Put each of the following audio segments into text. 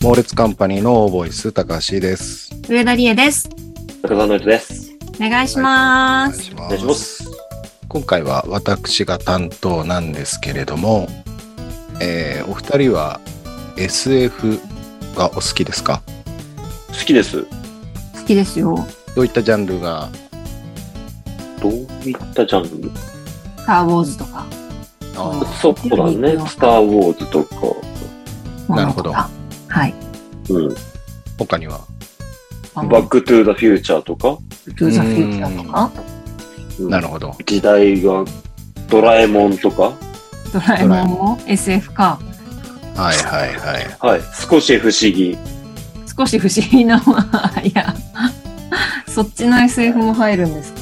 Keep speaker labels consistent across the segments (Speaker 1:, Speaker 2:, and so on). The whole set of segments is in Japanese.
Speaker 1: 猛烈カンパニーのボイス、高橋です。
Speaker 2: 上田理恵です。
Speaker 3: 中澤のりとです。
Speaker 2: お願いします。
Speaker 1: お
Speaker 3: お
Speaker 1: 願
Speaker 3: 願
Speaker 1: い
Speaker 3: い
Speaker 1: し
Speaker 3: し
Speaker 1: ま。
Speaker 3: ますす。
Speaker 1: 今回は私が担当なんですけれども、えーお二人は SF がお好きですか
Speaker 3: 好きです。
Speaker 2: 好きですよ。
Speaker 1: どういったジャンルが、
Speaker 3: どういったジャンル
Speaker 2: スター・ウォーズとか。
Speaker 1: あー
Speaker 3: そうだね。スター・ウォーズとか。
Speaker 1: なるほど
Speaker 2: ものとかはい。
Speaker 3: うん。
Speaker 1: 他には、
Speaker 2: バ
Speaker 3: バック・トゥ・ザ・フューチャーとか。
Speaker 2: トゥ・ザ・フューチャーとか、
Speaker 3: うん
Speaker 1: なるほど。
Speaker 3: 時代がドラえもんとか。
Speaker 2: ドラえもんも SF か。
Speaker 1: はいはいはい。
Speaker 3: はい。少し不思議。
Speaker 2: 少し不思議な、 いや、そっちの SF も入るんですか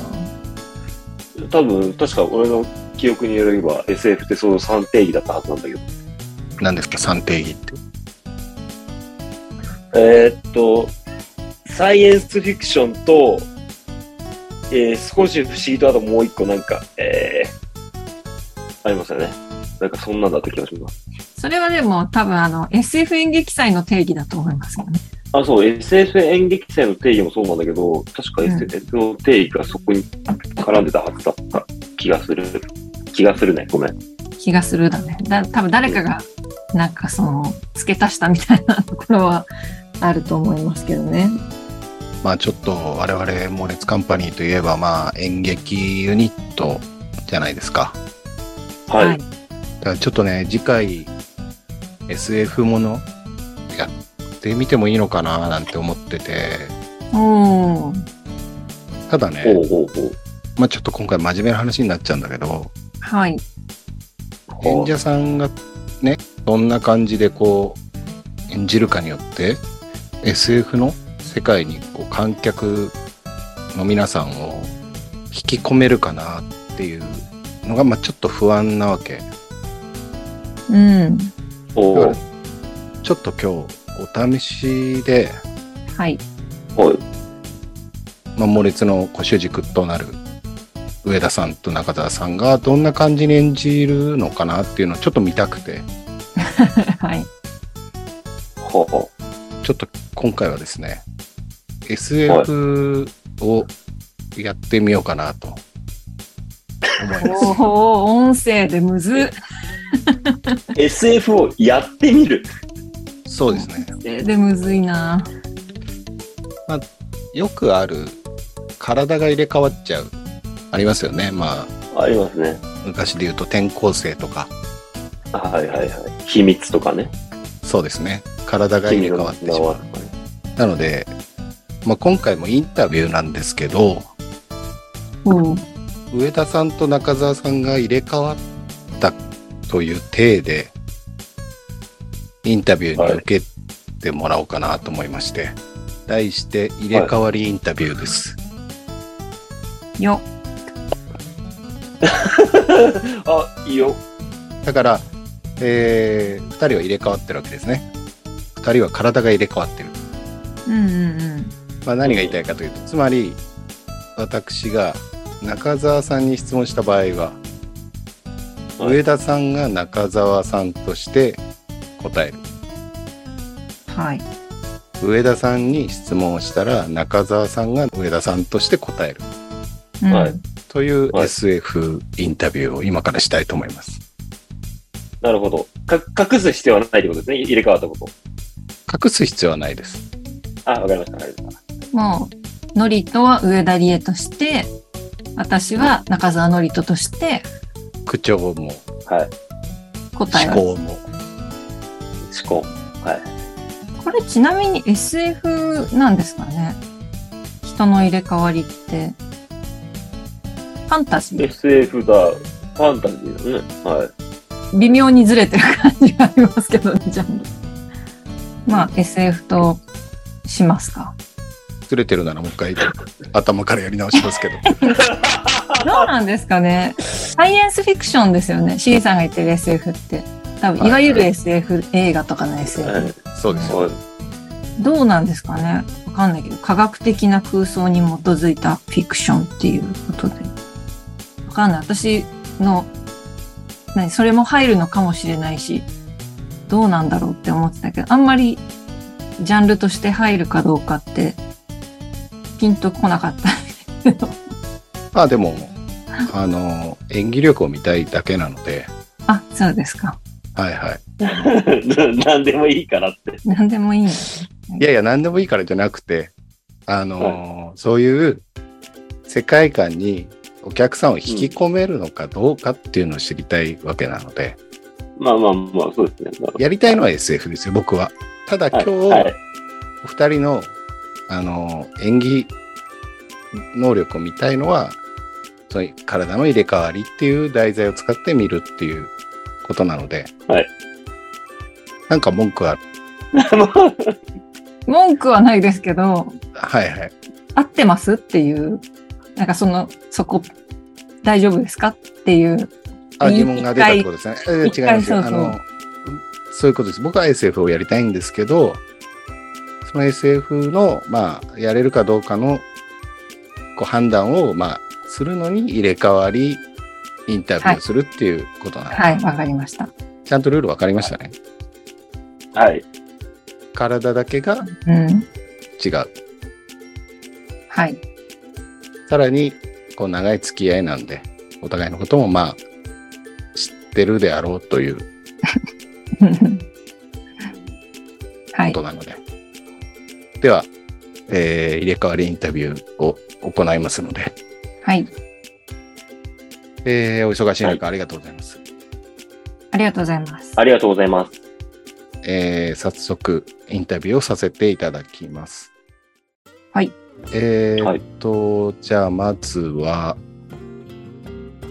Speaker 3: 多分、確か俺の記憶によれば SF ってその3定義だったはずなんだけど。
Speaker 1: 何ですか三定義って。
Speaker 3: えーっと、サイエンスフィクションと、えー少し不思議とあともう一個なんか、えーありますよね。なんかそんなんだった気がします。
Speaker 2: それはでも多分あの SF 演劇祭の定義だと思いますけどね。
Speaker 3: あ、そう、SF 演劇祭の定義もそうなんだけど、確か SF の定義がそこに絡んでたはずだった気がする。気がするね。ごめん。
Speaker 2: 気がするだね。だ多分誰かがなんかその付け足したみたいなところはあると思いますけどね。
Speaker 1: まあちょっと我々猛烈カンパニーといえば、まあ演劇ユニットじゃないですか。
Speaker 3: はい。
Speaker 2: はい
Speaker 1: だからちょっとね、次回、SF ものやってみてもいいのかななんて思ってて、
Speaker 2: おー
Speaker 1: ただ
Speaker 3: お
Speaker 1: ね、
Speaker 3: うおうおう
Speaker 1: まあちょっと今回真面目な話になっちゃうんだけど、
Speaker 2: はい。
Speaker 1: 演者さんがね、どんな感じでこう、演じるかによって、SF の世界にこう観客の皆さんを引き込めるかなっていうのが、まあちょっと不安なわけ。
Speaker 2: うん。
Speaker 3: おう
Speaker 1: ちょっと今日、お試しで、
Speaker 2: はい。
Speaker 3: おう
Speaker 1: まあ、猛烈のご主軸となる上田さんと中澤さんがどんな感じに演じるのかなっていうのをちょっと見たくて
Speaker 2: はい。
Speaker 3: はは
Speaker 1: ちょっと今回はですね SF をやってみようかなと思います、
Speaker 2: おお、音声でむず。
Speaker 3: SF をやってみる。
Speaker 1: そうですね
Speaker 2: 音声でむずいな。
Speaker 1: よくある体が入れ替わっちゃうありますよねまあ
Speaker 3: ありますね。
Speaker 1: 昔で言うと転校生とか
Speaker 3: はいはいはい。秘密とかね。
Speaker 1: そうですね体が入れ替わってしまう
Speaker 3: 君の名は
Speaker 1: なので、まあ、今回もインタビューなんですけど
Speaker 2: おう
Speaker 1: 上田さんと中澤さんが入れ替わったという体でインタビューに受けてもらおうかなと思いまして、題して入れ替わりインタビューです、
Speaker 2: よ。
Speaker 3: あ、いいよ。
Speaker 1: だから、え2人は入れ替わってるわけですね2人は体が入れ替わってる、
Speaker 2: うんうんうん。
Speaker 1: まあ、何が言いたいかというとつまり私が中澤さんに質問した場合は、
Speaker 3: はい
Speaker 1: 上田さんが中澤さんとして答える
Speaker 2: はい。
Speaker 1: 上田さんに質問をしたら中澤さんが上田さんとして答える
Speaker 2: うん
Speaker 3: はい
Speaker 1: という
Speaker 3: はい
Speaker 1: SF インタビューを今からしたいと思います。
Speaker 3: なるほど。か隠す必要はないってことですね。入れ替わったこと。
Speaker 1: 隠す必要はないです。
Speaker 3: あ、わかりました。わかりまし
Speaker 2: もう、ノリとは上田理恵として、私は中澤ノリトとして
Speaker 1: 口調も
Speaker 3: た。はい。
Speaker 2: 答え
Speaker 1: 思
Speaker 2: を。
Speaker 1: 考も。
Speaker 3: 思考。
Speaker 2: これちなみに SF なんですかね。人の入れ替わりって。ファンタジー
Speaker 3: SF だ。ファンタジーだね。はい。
Speaker 2: 微妙にずれてる感じがありますけどね、ジャンル。まあ、SF としますか。
Speaker 1: ずれてるならもう一 回頭からやり直しますけど。
Speaker 2: どうなんですかね。サイエンスフィクションですよね。シゲさんが言ってる SF って。多分、
Speaker 1: はい
Speaker 2: いわゆる SF、映画とかの SF。
Speaker 3: はい
Speaker 1: そうですよ。
Speaker 3: はい
Speaker 2: どうなんですかね。わかんないけど、科学的な空想に基づいたフィクションっていうことで。わかんない。私の、何、それも入るのかもしれないし、どうなんだろうって思ってたけど、あんまりジャンルとして入るかどうかって、ピンとこなかった。
Speaker 1: まあでも、あの、演技力を見たいだけなので、
Speaker 2: あ、そうですか。
Speaker 1: はいはい。
Speaker 3: 何でもいいからって。
Speaker 2: 何でもいいんだ。
Speaker 1: いやいや、何でもいいからじゃなくて、あの、そういう世界観にお客さんを引き込めるのかどうかっていうのを知りたいわけなので、
Speaker 3: まあまあまあ、そうですね。まあ
Speaker 1: やりたいのは SF ですよ、僕は。ただ今日、
Speaker 3: はいはい
Speaker 1: お二人の、あの、演技能力を見たいのは、その体の入れ替わりっていう題材を使って見るっていうことなので、
Speaker 3: はい
Speaker 1: なんか文句は、
Speaker 2: 文句はないですけど、
Speaker 1: はいはい。
Speaker 2: 合ってますっていう、なんかその、そこ、大丈夫ですかっていう。
Speaker 1: あ、
Speaker 2: 一
Speaker 1: 疑問が出たってことですね。えー
Speaker 2: 一
Speaker 1: 違い
Speaker 2: 回
Speaker 1: ますよ。あ
Speaker 2: そうそう
Speaker 1: の、そういうことです。僕は SF をやりたいんですけど、その SF の、まあ、やれるかどうかの、こう、判断を、まあ、するのに入れ替わり、インタビューをするっていうことなんで、
Speaker 2: はい、わかりました。
Speaker 1: ちゃんとルール分かりましたね。
Speaker 3: はい。
Speaker 1: 体だけが
Speaker 2: うん。
Speaker 1: 違う。
Speaker 2: はい。
Speaker 1: さらに、こう、長い付き合いなんで、お互いのことも、まあ、知ってるであろうというこ
Speaker 2: はい。
Speaker 1: となので。では、えー入れ替わりインタビューを行いますので、
Speaker 2: はい。
Speaker 1: えーお忙しい中、ありがとうございます。
Speaker 2: ありがとうございます。
Speaker 3: ありがとうございます。
Speaker 1: えー早速、インタビューをさせていただきます。
Speaker 2: はい。
Speaker 1: えーっと、じゃあ、まずは、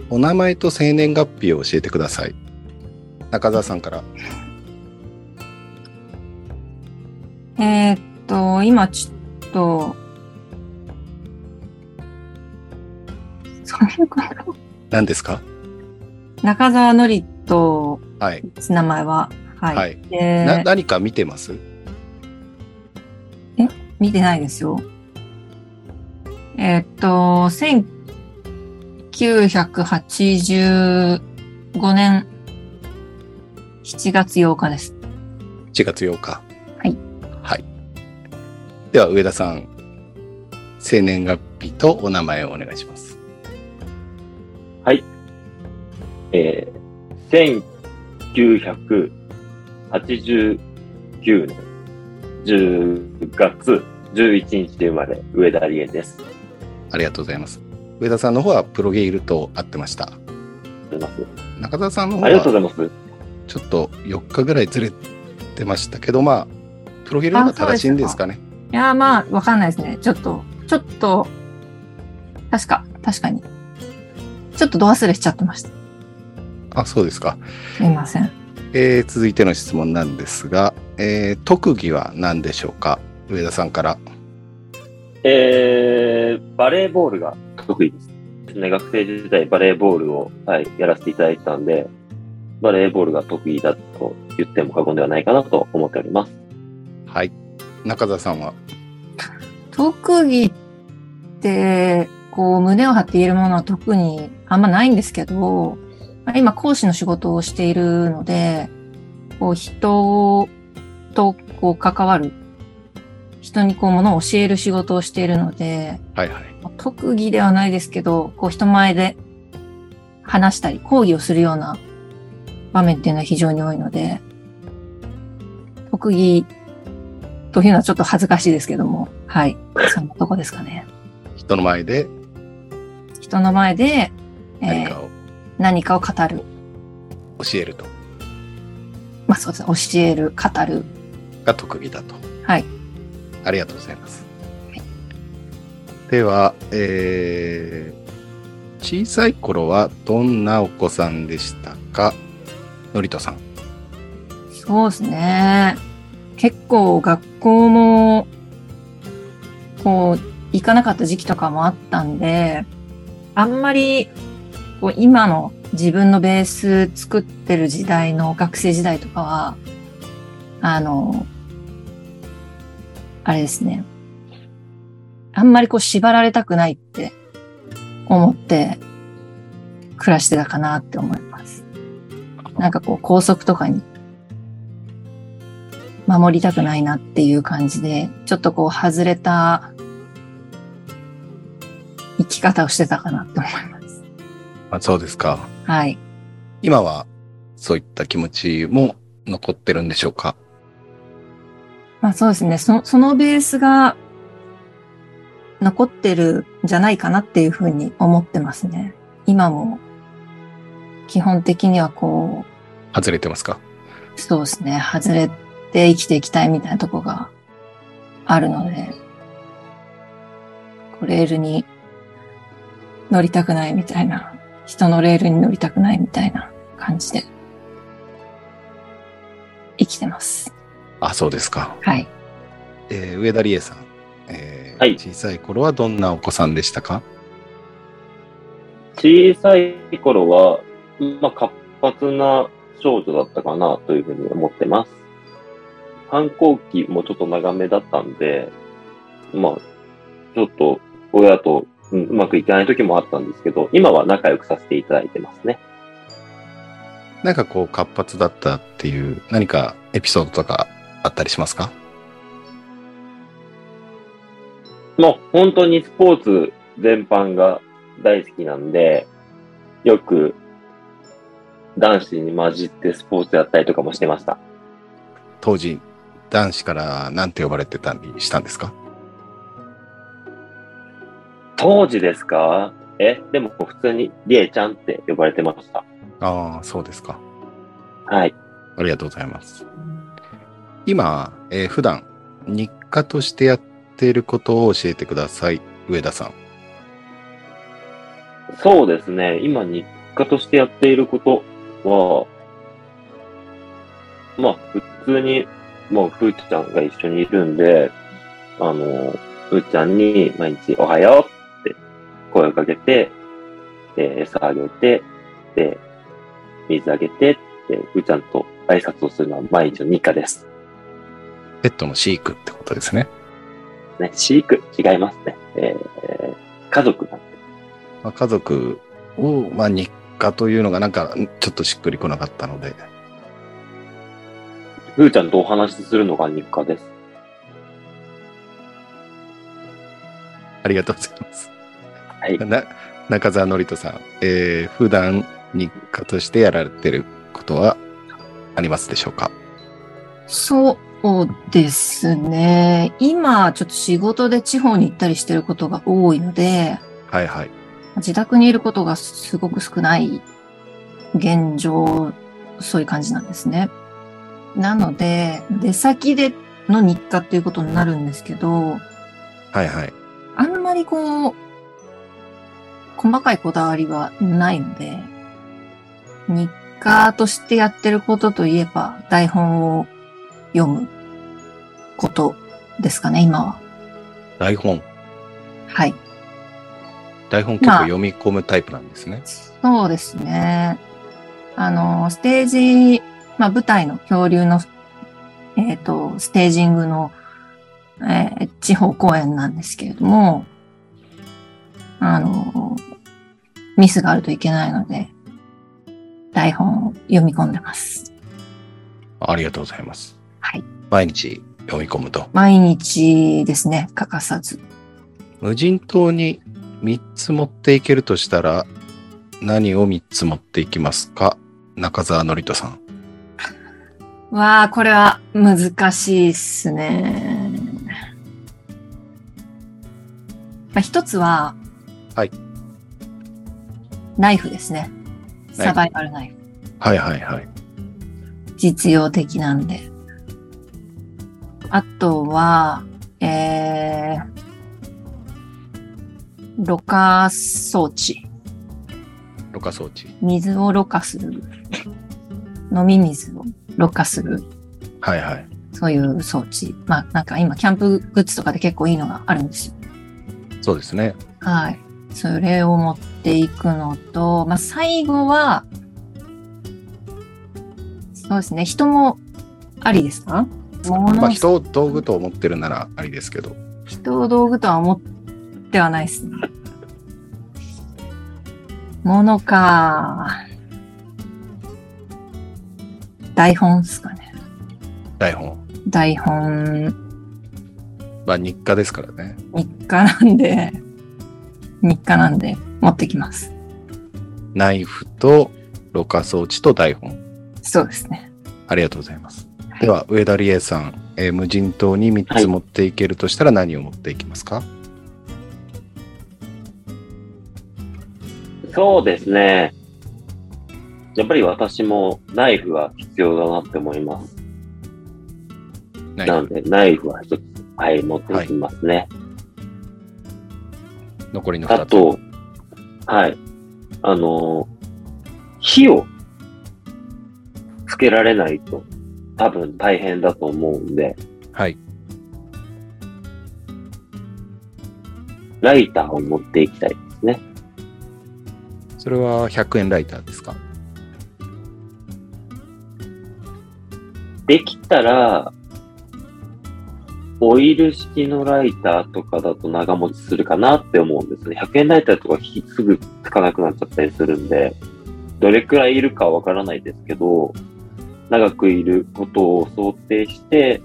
Speaker 1: お名前と生年月日を教えてください。中澤さんから。
Speaker 2: えーっと、今ちょっと、 そういうこと
Speaker 1: 何ですか
Speaker 2: 中澤のりと、
Speaker 1: はい。
Speaker 2: 名前は、はい。
Speaker 1: はい。
Speaker 2: で
Speaker 1: な何か見てます
Speaker 2: 見てないですよ。えーっと、1985年7月8日です。
Speaker 1: ?1 月8日。
Speaker 2: はい。
Speaker 1: はい。では、上田さん、生年月日とお名前をお願いします。
Speaker 3: えー、1989年10月11日で生まれ、上田理恵です。
Speaker 1: ありがとうございます。上田さんの方はプロゲイルと会ってました。
Speaker 3: ありがとうございま
Speaker 1: 中澤さんの
Speaker 3: す
Speaker 1: 方
Speaker 3: ありがとう
Speaker 1: は
Speaker 3: ございます。
Speaker 1: ちょっと4日ぐらいずれてましたけど、まあ、プロゲイルの方が正しいんですかね。
Speaker 2: いやーまあ、わかんないですね。ちょっと、ちょっと、確か、確かに。ちょっと度忘れしちゃってました。
Speaker 1: あ、そうですか。
Speaker 2: すいません。
Speaker 1: えー続いての質問なんですが、えー特技は何でしょうか上田さんから。
Speaker 3: えー、バレーボールが得意です。ですね、学生時代バレーボールを、はい、やらせていただいてたんで、バレーボールが得意だと言っても過言ではないかなと思っております。
Speaker 1: はい。中澤さんは
Speaker 2: 特技って、こう、胸を張って言えるものは特にあんまないんですけど、まあ今、講師の仕事をしているので、こう、人とこう、関わる、人にこう、ものを教える仕事をしているので、
Speaker 1: はいはい。
Speaker 2: 特技ではないですけど、こう人前で話したり、講義をするような場面っていうのは非常に多いので、特技というのはちょっと恥ずかしいですけども、はい。そんなとこですかね。
Speaker 1: 人の前で
Speaker 2: 人の前で、えー
Speaker 1: 何
Speaker 2: 何
Speaker 1: か
Speaker 2: か
Speaker 1: を
Speaker 2: を語る。
Speaker 1: 教えると、
Speaker 2: まあそうですね。教える、語る。
Speaker 1: が特技だと。
Speaker 2: はい。
Speaker 1: ありがとうございます。
Speaker 2: はい
Speaker 1: では、えー小さい頃はどんなお子さんでしたかのりとさん。
Speaker 2: そうですね。結構学校も、こう、行かなかった時期とかもあったんで、あんまり、こう、今の自分のベース作ってる時代の学生時代とかは、あの、あれですね。あんまりこう縛られたくないって思って暮らしてたかなって思います。なんかこう校則とかに守りたくないなっていう感じで、ちょっとこう外れた生き方をしてたかなって思います。
Speaker 1: あそうですか。
Speaker 2: はい。
Speaker 1: 今はそういった気持ちも残ってるんでしょうか
Speaker 2: まあそうですね。そそのベースが残ってるんじゃないかなっていうふうに思ってますね。今も基本的にはこ
Speaker 1: 外れてますか
Speaker 2: う、そうですね。外れて生きていきたいみたいなとこがあるので、こうレールに乗りたくないみたいな、人のレールに乗りたくないみたいな感じで生きてます。
Speaker 1: あ、そうですか。
Speaker 2: はい。
Speaker 1: えー上田理恵さん。えー
Speaker 3: はい
Speaker 1: 小さい頃はどんなお子さんでしたか
Speaker 3: 小さい頃は、まあ、活発な少女だったかなというふうに思ってます。反抗期もちょっと長めだったんで、まあ、ちょっと親とうんうまくいかない時もあったんですけど、今は仲良くさせていただいてますね。
Speaker 1: なんかこう活発だったっていう何かエピソードとかあったりしますか
Speaker 3: もう本当にスポーツ全般が大好きなんで、よく男子に混じってスポーツやったりとかもしてました。
Speaker 1: 当時男子から何て呼ばれてたりしたんですか
Speaker 3: 当時ですかえ、でも普通にリエちゃんって呼ばれてました。
Speaker 1: ああ、そうですか。
Speaker 3: はい。
Speaker 1: ありがとうございます。今、えー普段日課としてやっていることを教えてください。上田さん。
Speaker 3: そうですね。今、日課としてやっていることは、まあ、普通に、まあ、ふーちゃんが一緒にいるんで、あの、ふーちゃんに毎日おはようって声をかけて、で、餌あげて、で、水あげて、で、ふーちゃんと挨拶をするのは毎日の日課です。
Speaker 1: ペットの飼育ってことですね。
Speaker 3: ね、飼育、違いますね。えー家族なんで。
Speaker 1: まあ、家族を、まあ、日課というのがなんかちょっとしっくりこなかったので、
Speaker 3: ふーちゃんとお話しするのが日課です。
Speaker 1: ありがとうございます。
Speaker 3: はい
Speaker 1: な中澤のりとさん、えー普段日課としてやられてることはありますでしょうか
Speaker 2: そうですね。今、ちょっと仕事で地方に行ったりしてることが多いので、
Speaker 1: はいはい。
Speaker 2: 自宅にいることがすごく少ない現状、そういう感じなんですね。なので、出先での日課っていうことになるんですけど、
Speaker 1: はいはい。
Speaker 2: あんまりこう、細かいこだわりはないので、日課としてやってることといえば、台本を読むことですかね、今は。
Speaker 1: 台本。
Speaker 2: はい。
Speaker 1: 台本結構読み込むタイプなんですね。
Speaker 2: そうですね。あの、ステージ、まあ、舞台の恐竜の、えっ、と、ステージングの、えー地方公演なんですけれども、あの、ミスがあるといけないので、台本を読み込んでます。
Speaker 1: ありがとうございます。
Speaker 2: はい。
Speaker 1: 毎日読み込むと。
Speaker 2: 毎日ですね、欠かさず。
Speaker 1: 無人島に3つ持っていけるとしたら、何を3つ持っていきますか中澤のりとさん。
Speaker 2: わあ、これは難しいっすね。まあ、一つは、
Speaker 1: はい。
Speaker 2: ナイフですね。
Speaker 1: ナイフ
Speaker 2: サバイバルナイフ。
Speaker 1: はいはいはい。
Speaker 2: 実用的なんで。あとは、えー、ろ過装置。
Speaker 1: ろ過装置。
Speaker 2: 水をろ過する。飲み水をろ過する。
Speaker 1: はいはい。
Speaker 2: そういう装置。まあ、なんか今、キャンプグッズとかで結構いいのがあるんですよ。
Speaker 1: そうですね。
Speaker 2: はい。それを持っていくのと、まあ、最後は、そうですね。人もありですか物、
Speaker 1: まあ人を道具と思ってるならありですけど。
Speaker 2: 人を道具とは思ってはないですね。物か。台本ですかね。
Speaker 1: 台本。
Speaker 2: 台本
Speaker 1: まあ日課ですからね。
Speaker 2: 日課なんで、日課なんで持ってきます。
Speaker 1: ナイフとろ過装置と台本。
Speaker 2: そうですね。
Speaker 1: ありがとうございます。では、上田理恵さん、えー無人島に3つ持っていけるとしたら何を持っていきますか、
Speaker 3: そうですね。やっぱり私もナイフは必要だなって思います。
Speaker 1: ナイ
Speaker 3: なの
Speaker 1: フ
Speaker 3: で、ナイフは一つ、はい、持っていきますね。
Speaker 1: 残りの
Speaker 3: あ
Speaker 1: 2つ。
Speaker 3: と、はい。あのー火をつけられないと多分大変だと思うんで、
Speaker 1: はい。
Speaker 3: ライターを持っていきたいですね。
Speaker 1: それは100円ライターですか
Speaker 3: できたら、オイル式のライターとかだと長持ちするかなって思うんですね。100円ライターとか火すぐつかなくなっちゃったりするんで、どれくらいいるかわからないですけど、長くいることを想定して、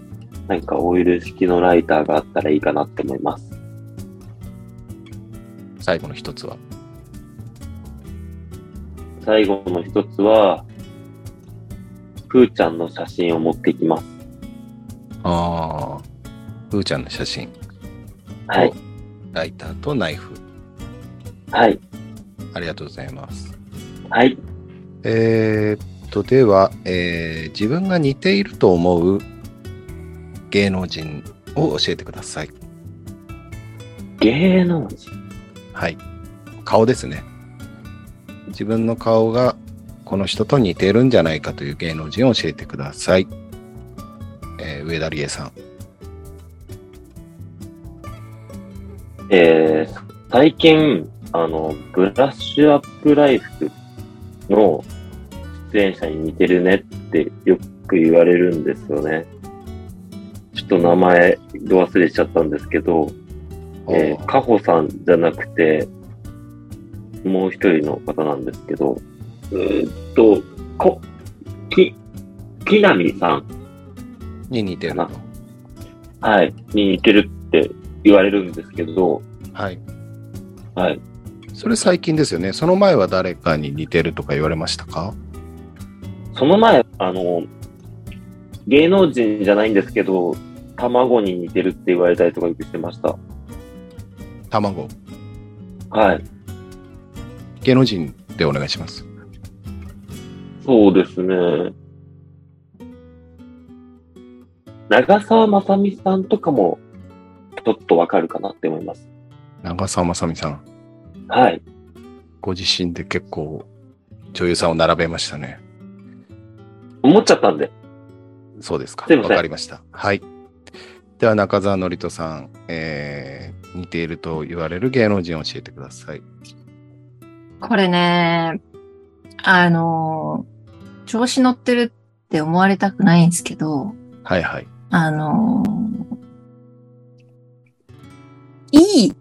Speaker 3: なんかオイル式のライターがあったらいいかなって思います。
Speaker 1: 最後の1つは。
Speaker 3: 最後の一つは、くーちゃんの写真を持っていきます。
Speaker 1: ああ。ふーちゃんの写真と、
Speaker 3: はい。
Speaker 1: ライターとナイフ。
Speaker 3: はい。
Speaker 1: ありがとうございます。
Speaker 3: はい。
Speaker 1: えーっと、では、えー自分が似ていると思う芸能人を教えてください。
Speaker 3: 芸能人。
Speaker 1: はい。顔ですね。自分の顔がこの人と似てるんじゃないかという芸能人を教えてください。えー上田理恵さん。
Speaker 3: えー、最近、あの、ブラッシュアップライフの出演者に似てるねってよく言われるんですよね。ちょっと名前、ど忘れちゃったんですけど、えー、カホさんじゃなくて、もう一人の方なんですけど、うーっと、こ、き、きなみさん、
Speaker 1: に似てる
Speaker 3: か
Speaker 1: の
Speaker 3: な。はい、に似てるって言われるんですけど、
Speaker 1: はい。
Speaker 3: はい。
Speaker 1: それ最近ですよね。その前は誰かに似てるとか言われましたか
Speaker 3: その前、あの、芸能人じゃないんですけど、卵に似てるって言われたりとかよくしてました。
Speaker 1: 卵。
Speaker 3: はい。
Speaker 1: 芸能人でお願いします。
Speaker 3: そうですね。長澤まさみさんとかも、ちょっとわかるかなって思います。
Speaker 1: 長澤まさみさん。
Speaker 3: はい。
Speaker 1: ご自身で結構女優さんを並べましたね。
Speaker 3: 思っちゃったんで。
Speaker 1: そうですか。
Speaker 3: すいませ
Speaker 1: わ
Speaker 3: ん
Speaker 1: かりました。はい。では中澤典人さん、えー似ていると言われる芸能人を教えてください。
Speaker 2: これね、あの、調子乗ってるって思われたくないんですけど、
Speaker 1: はいはい。
Speaker 2: あの、いい、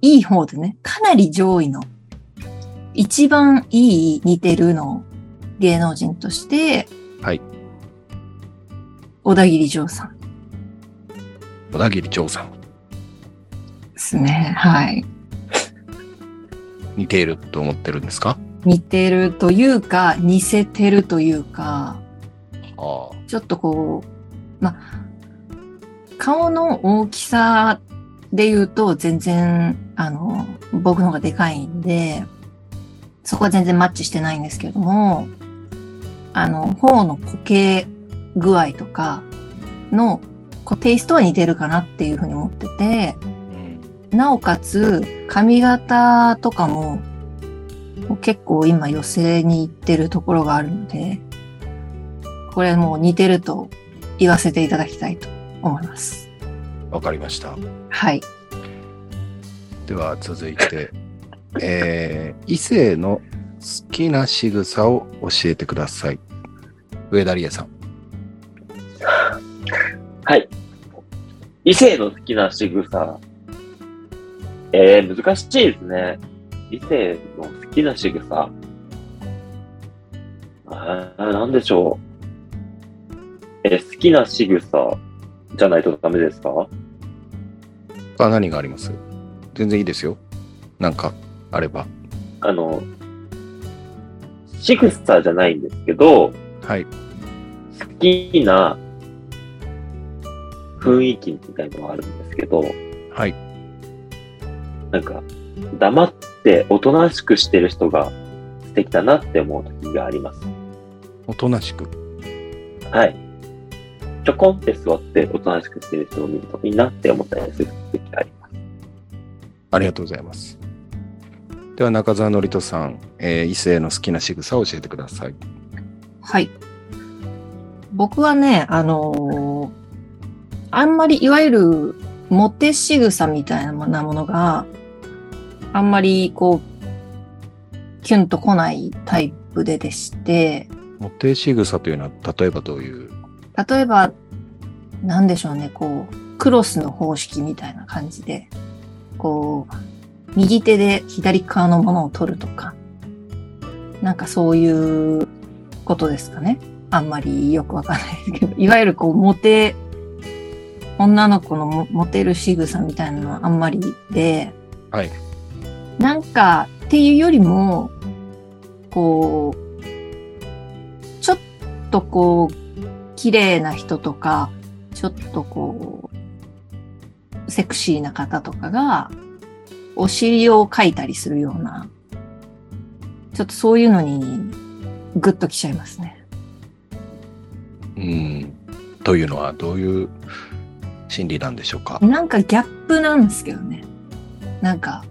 Speaker 2: いい方でね、かなり上位の、一番いい似てるの芸能人として、
Speaker 1: はい。
Speaker 2: 小田切丈さん
Speaker 1: 小田切丈さん、
Speaker 2: ですね。はい。
Speaker 1: 似ていると思ってるんですか
Speaker 2: 似てるというか、似せてるというか、
Speaker 1: ああ。
Speaker 2: ちょっとこう、ま、顔の大きさで言うと全然、あの、僕の方がでかいんで、そこは全然マッチしてないんですけども、あの、頬の固形具合とかの、こう、テイストは似てるかなっていうふうに思ってて、
Speaker 1: うん。
Speaker 2: なおかつ、髪型とかも、こう結構今寄せに行ってるところがあるので、これもう似てると言わせていただきたいと思います。
Speaker 1: わかりました。
Speaker 2: はい。
Speaker 1: では続いて、えー異性の好きな仕草を教えてください。上田理恵さん。
Speaker 3: はい。異性の好きな仕草。えー、難しいですね。異性の好きな仕草。あー、なんでしょう。えー好きな仕草。じゃないとダメですか
Speaker 1: 他何があります全然いいですよ。なんかあれば。
Speaker 3: あの、シグスターじゃないんですけど、
Speaker 1: はい。
Speaker 3: 好きな雰囲気みたいのがあるんですけど、
Speaker 1: はい。
Speaker 3: なんか、黙っておとなしくしてる人が素敵だなって思う時があります。
Speaker 1: おとなしく。
Speaker 3: はい。ちょこんって座っておとなしくしてる人を見るといいなって思ったりする時があります。
Speaker 1: ありがとうございます。では中澤のりとさん、えー異性の好きな仕草を教えてください。
Speaker 2: はい。僕はね、あのーあんまりいわゆるモテ仕草みたいなものがあんまりこう、キュンとこないタイプででして、
Speaker 1: モテ仕草というのは例えばどういう
Speaker 2: 例えば、なんでしょうね、こう、クロスの方式みたいな感じで、こう、右手で左側のものを取るとか、なんかそういうことですかね。あんまりよくわかんないですけど、いわゆるこう、モテ、女の子のモモテる仕草みたいなのはあんまりで、
Speaker 1: はい。
Speaker 2: なんか、っていうよりも、こう、ちょっとこう、綺麗な人とか、ちょっとこう、セクシーな方とかが、お尻をかいたりするような、ちょっとそういうのに、グッときちゃいますね。
Speaker 1: うんというのはどういう心理なんでしょうか。
Speaker 2: なんかギャップなんですけどね。なんか、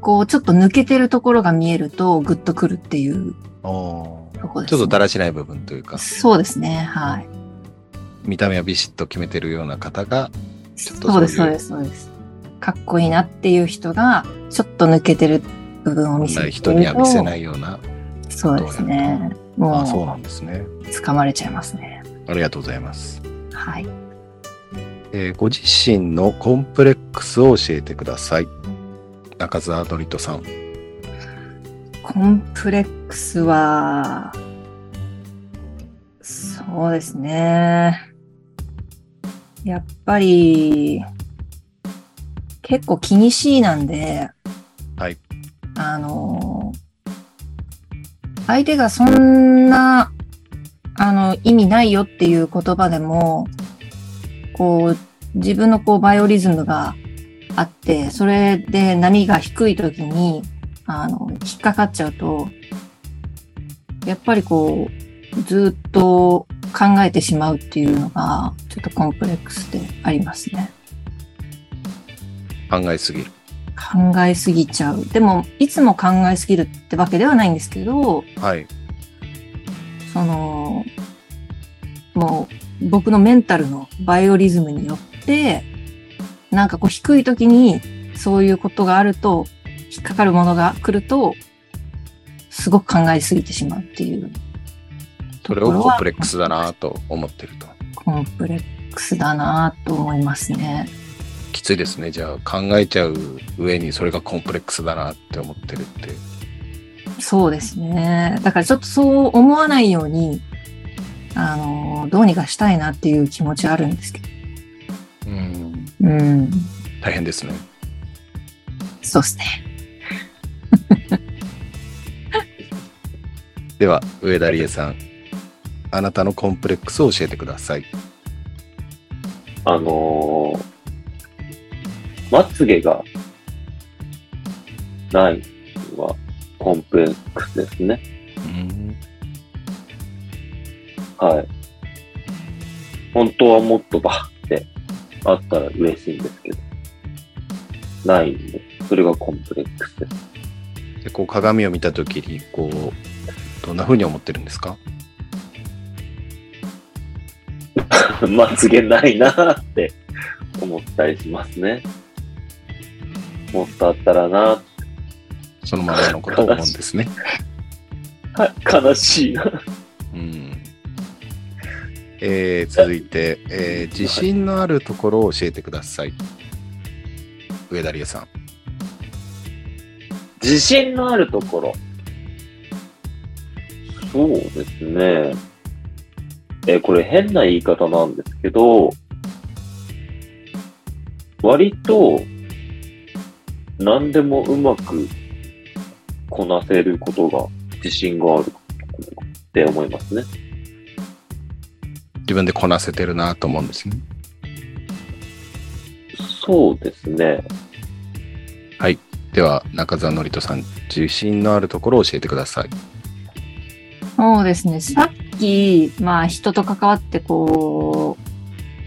Speaker 2: こう、ちょっと抜けてるところが見えると、グッとくるっていう
Speaker 1: おー
Speaker 2: ところで
Speaker 1: ち
Speaker 2: す、
Speaker 1: ょ
Speaker 2: ね。
Speaker 1: っとだらしない部分というか、
Speaker 2: そうですね、はい。
Speaker 1: 見た目はビシッと決めてるような方が、ちょっと
Speaker 2: そ
Speaker 1: そうい
Speaker 2: うで
Speaker 1: う
Speaker 2: す、そうです、そうです。かっこいいなっていう人が、ちょっと抜けてる部分を見せ
Speaker 1: な
Speaker 2: る。
Speaker 1: い人には見せないいような。
Speaker 2: そうですね。も
Speaker 1: あそう
Speaker 2: う、
Speaker 1: なんですね。
Speaker 2: 掴まれちゃいますね。
Speaker 1: ありがとうございます。
Speaker 2: はい。
Speaker 1: えーご自身のコンプレックスを教えてください。中澤のりとさん。
Speaker 2: コンプレックスは、そうですね。やっぱり、結構気にしいなんで、
Speaker 1: はい。
Speaker 2: あの、相手がそんな、あの、意味ないよっていう言葉でも、こう、自分のこう、バイオリズムがあって、それで波が低い時に、あの、引っかかっちゃうと、やっぱりこう、ずっと考えてしまうっていうのが、ちょっとコンプレックスでありますね。
Speaker 1: 考えすぎる。
Speaker 2: 考えすぎちゃう。でも、いつも考えすぎるってわけではないんですけど、
Speaker 1: はい。
Speaker 2: その、もう、僕のメンタルのバイオリズムによって、なんかこう低い時にそういうことがあると、引っかかるものが来ると、すごく考えすぎてしまうっていう。
Speaker 1: それをコンプレックスだなぁと思ってると。
Speaker 2: コンプレックスだなと思いますね。
Speaker 1: きついですね。じゃあ考えちゃう上にそれがコンプレックスだなって思ってるって。
Speaker 2: そうですね。だからちょっとそう思わないように、あの、どうにかしたいなっていう気持ちはあるんですけど。
Speaker 1: うん。
Speaker 2: うん。
Speaker 1: 大変ですね。
Speaker 2: そうですね。
Speaker 1: では、上田理恵さん。あなたのコンプレックスを教えてください。
Speaker 3: あのーまつげがないのはコンプレックスですね。
Speaker 1: うん。
Speaker 3: はい。本当はもっとバッってあったら嬉しいんですけど、ないんで、それがコンプレックスです。
Speaker 1: で、こう鏡を見たときに、こう、どんな風に思ってるんですか
Speaker 3: まつげないなーって思ったりしますね。もっとあったらなー
Speaker 1: そのままのことを思うんですね。
Speaker 3: はい悲しいな。
Speaker 1: うん。えー、続いて、えー自信のあるところを教えてください。上田理恵さん。
Speaker 3: 自信のあるところ。そうですね。えーこれ変な言い方なんですけど、割と何でもうまくこなせることが自信があるって思いますね。
Speaker 1: 自分でこなせてるなと思うんですね。
Speaker 3: そうですね。
Speaker 1: では、中澤のりとさん、自信のあるところを教えてください。
Speaker 2: そうですね。さっき、まあ、人と関わって、こ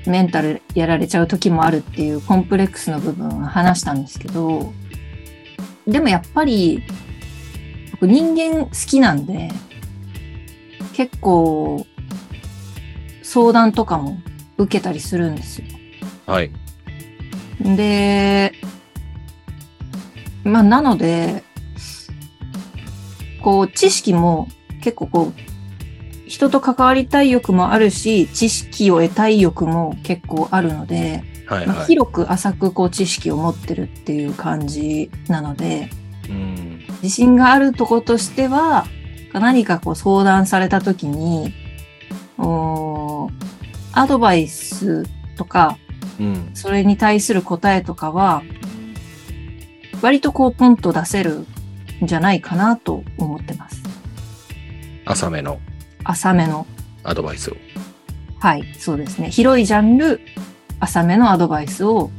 Speaker 2: う、メンタルやられちゃう時もあるっていうコンプレックスの部分を話したんですけど、でもやっぱり、僕人間好きなんで、結構、相談とかも受けたりするんですよ。
Speaker 1: はい。
Speaker 2: で、まあ、なので、こう、知識も結構こう、人と関わりたい欲もあるし、知識を得たい欲も結構あるので、
Speaker 1: はい
Speaker 2: まあ、広く浅くこう知識を持ってるっていう感じなので、
Speaker 1: うん。
Speaker 2: 自信があるとことしては、何かこう相談された時に、おーアドバイスとか、
Speaker 1: うん。
Speaker 2: それに対する答えとかは、割とこうポンと出せるんじゃないかなと思ってます。
Speaker 1: 浅めの
Speaker 2: 浅めの。
Speaker 1: アドバイスを。
Speaker 2: はい、そうですね。広いジャンル、浅めのアドバイスを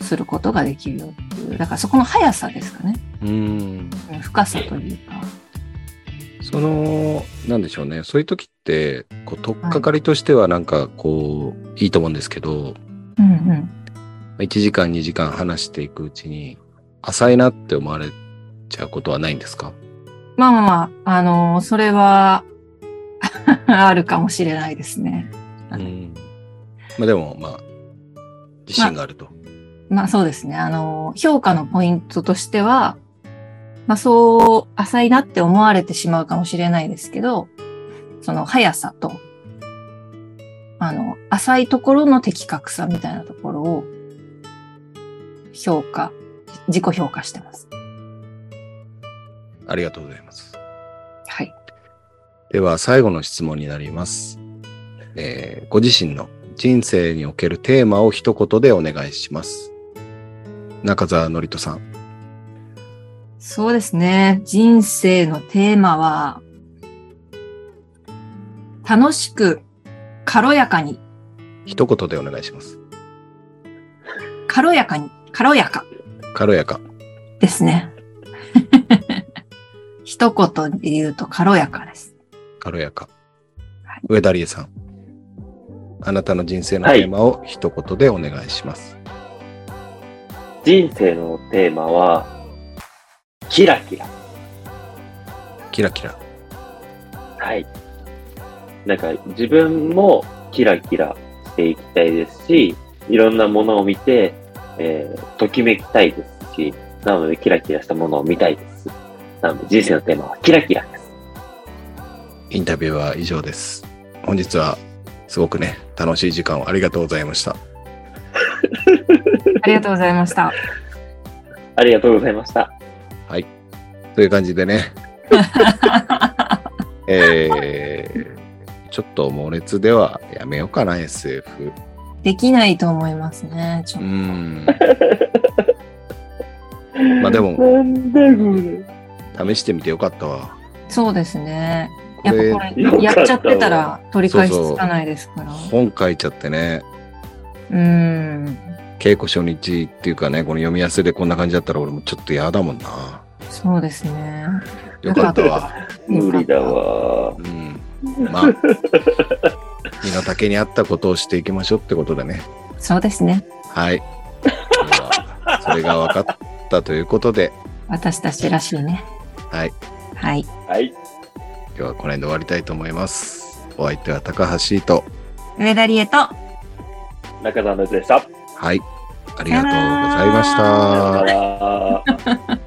Speaker 2: することができるよっていう。だからそこの速さですかね。
Speaker 1: うん。
Speaker 2: うん深さというか。
Speaker 1: その、なんでしょうね。そういう時って、こう、とっかかりとしては、なんか、こう、いいと思うんですけど、
Speaker 2: うんうん。
Speaker 1: 1時間、2時間話していくうちに、浅いなって思われちゃうことはないんですか
Speaker 2: まあまあまあ、あのーそれは、 あるかもしれないですね。
Speaker 1: うん。まあでも、まあ、自信があると。
Speaker 2: まあそうですね。あの、評価のポイントとしては、まあそう浅いなって思われてしまうかもしれないですけど、その速さと、あの、浅いところの的確さみたいなところを評価、自己評価してます。
Speaker 1: ありがとうございます。
Speaker 2: はい。
Speaker 1: では最後の質問になります、えーご自身の人生におけるテーマを一言でお願いします中澤のりとさん
Speaker 2: そうですね。人生のテーマは、楽しく、軽やかに、
Speaker 1: 一言でお願いします
Speaker 2: 軽やかに、軽やか。
Speaker 1: 軽やか
Speaker 2: ですね。 一言で言うと軽やかです。
Speaker 1: 軽やか、
Speaker 2: はい
Speaker 1: 上田理恵さんあなたの人生のテーマを一言でお願いします、
Speaker 3: 人生のテーマは、キラキラ。
Speaker 1: キラキラ
Speaker 3: はい。なんか自分もキラキラしていきたいですし、いろんなものを見て、えーときめきたいですし、なのでキラキラしたものを見たいです。なので人生のテーマはキラキラです。
Speaker 1: インタビューは以上です本日はすごくね楽しい時間をありがとうございました
Speaker 2: ありがとうございました。
Speaker 3: ありがとうございました。
Speaker 1: という感じで ね。えー、ちょっと猛烈ではやめようかな、SF。
Speaker 2: できないと思いますね。ちょ
Speaker 1: う
Speaker 2: っと
Speaker 1: ん。まあでも、
Speaker 3: なんだこ
Speaker 1: 試してみてよかったわ。
Speaker 2: そうですね。
Speaker 1: こ
Speaker 2: やっ
Speaker 1: れ、
Speaker 2: ぱこれ、やっちゃってたら取り返しつかないですから。
Speaker 1: 本書いちゃってね、
Speaker 2: うーん。
Speaker 1: 稽古初日っていうかね、この読み合わせでこんな感じだったら俺もちょっと嫌だもんな。
Speaker 2: そうですね。
Speaker 1: よかったわ。
Speaker 3: れ。無理だわ。
Speaker 1: うん。まあ、身の丈に合ったことをしていきましょうってことでね。
Speaker 2: そうですね。
Speaker 1: はい。ではそれが分かったということで、
Speaker 2: 私たちらしいね。
Speaker 1: はい。
Speaker 2: はい。
Speaker 3: はい。
Speaker 1: 今日はこの辺で終わりたいと思います。お相手は高橋と。
Speaker 2: 上田理恵と、
Speaker 3: 中澤のやつでした。
Speaker 1: はい。ありがとうございました
Speaker 2: さよな
Speaker 3: さよ。なら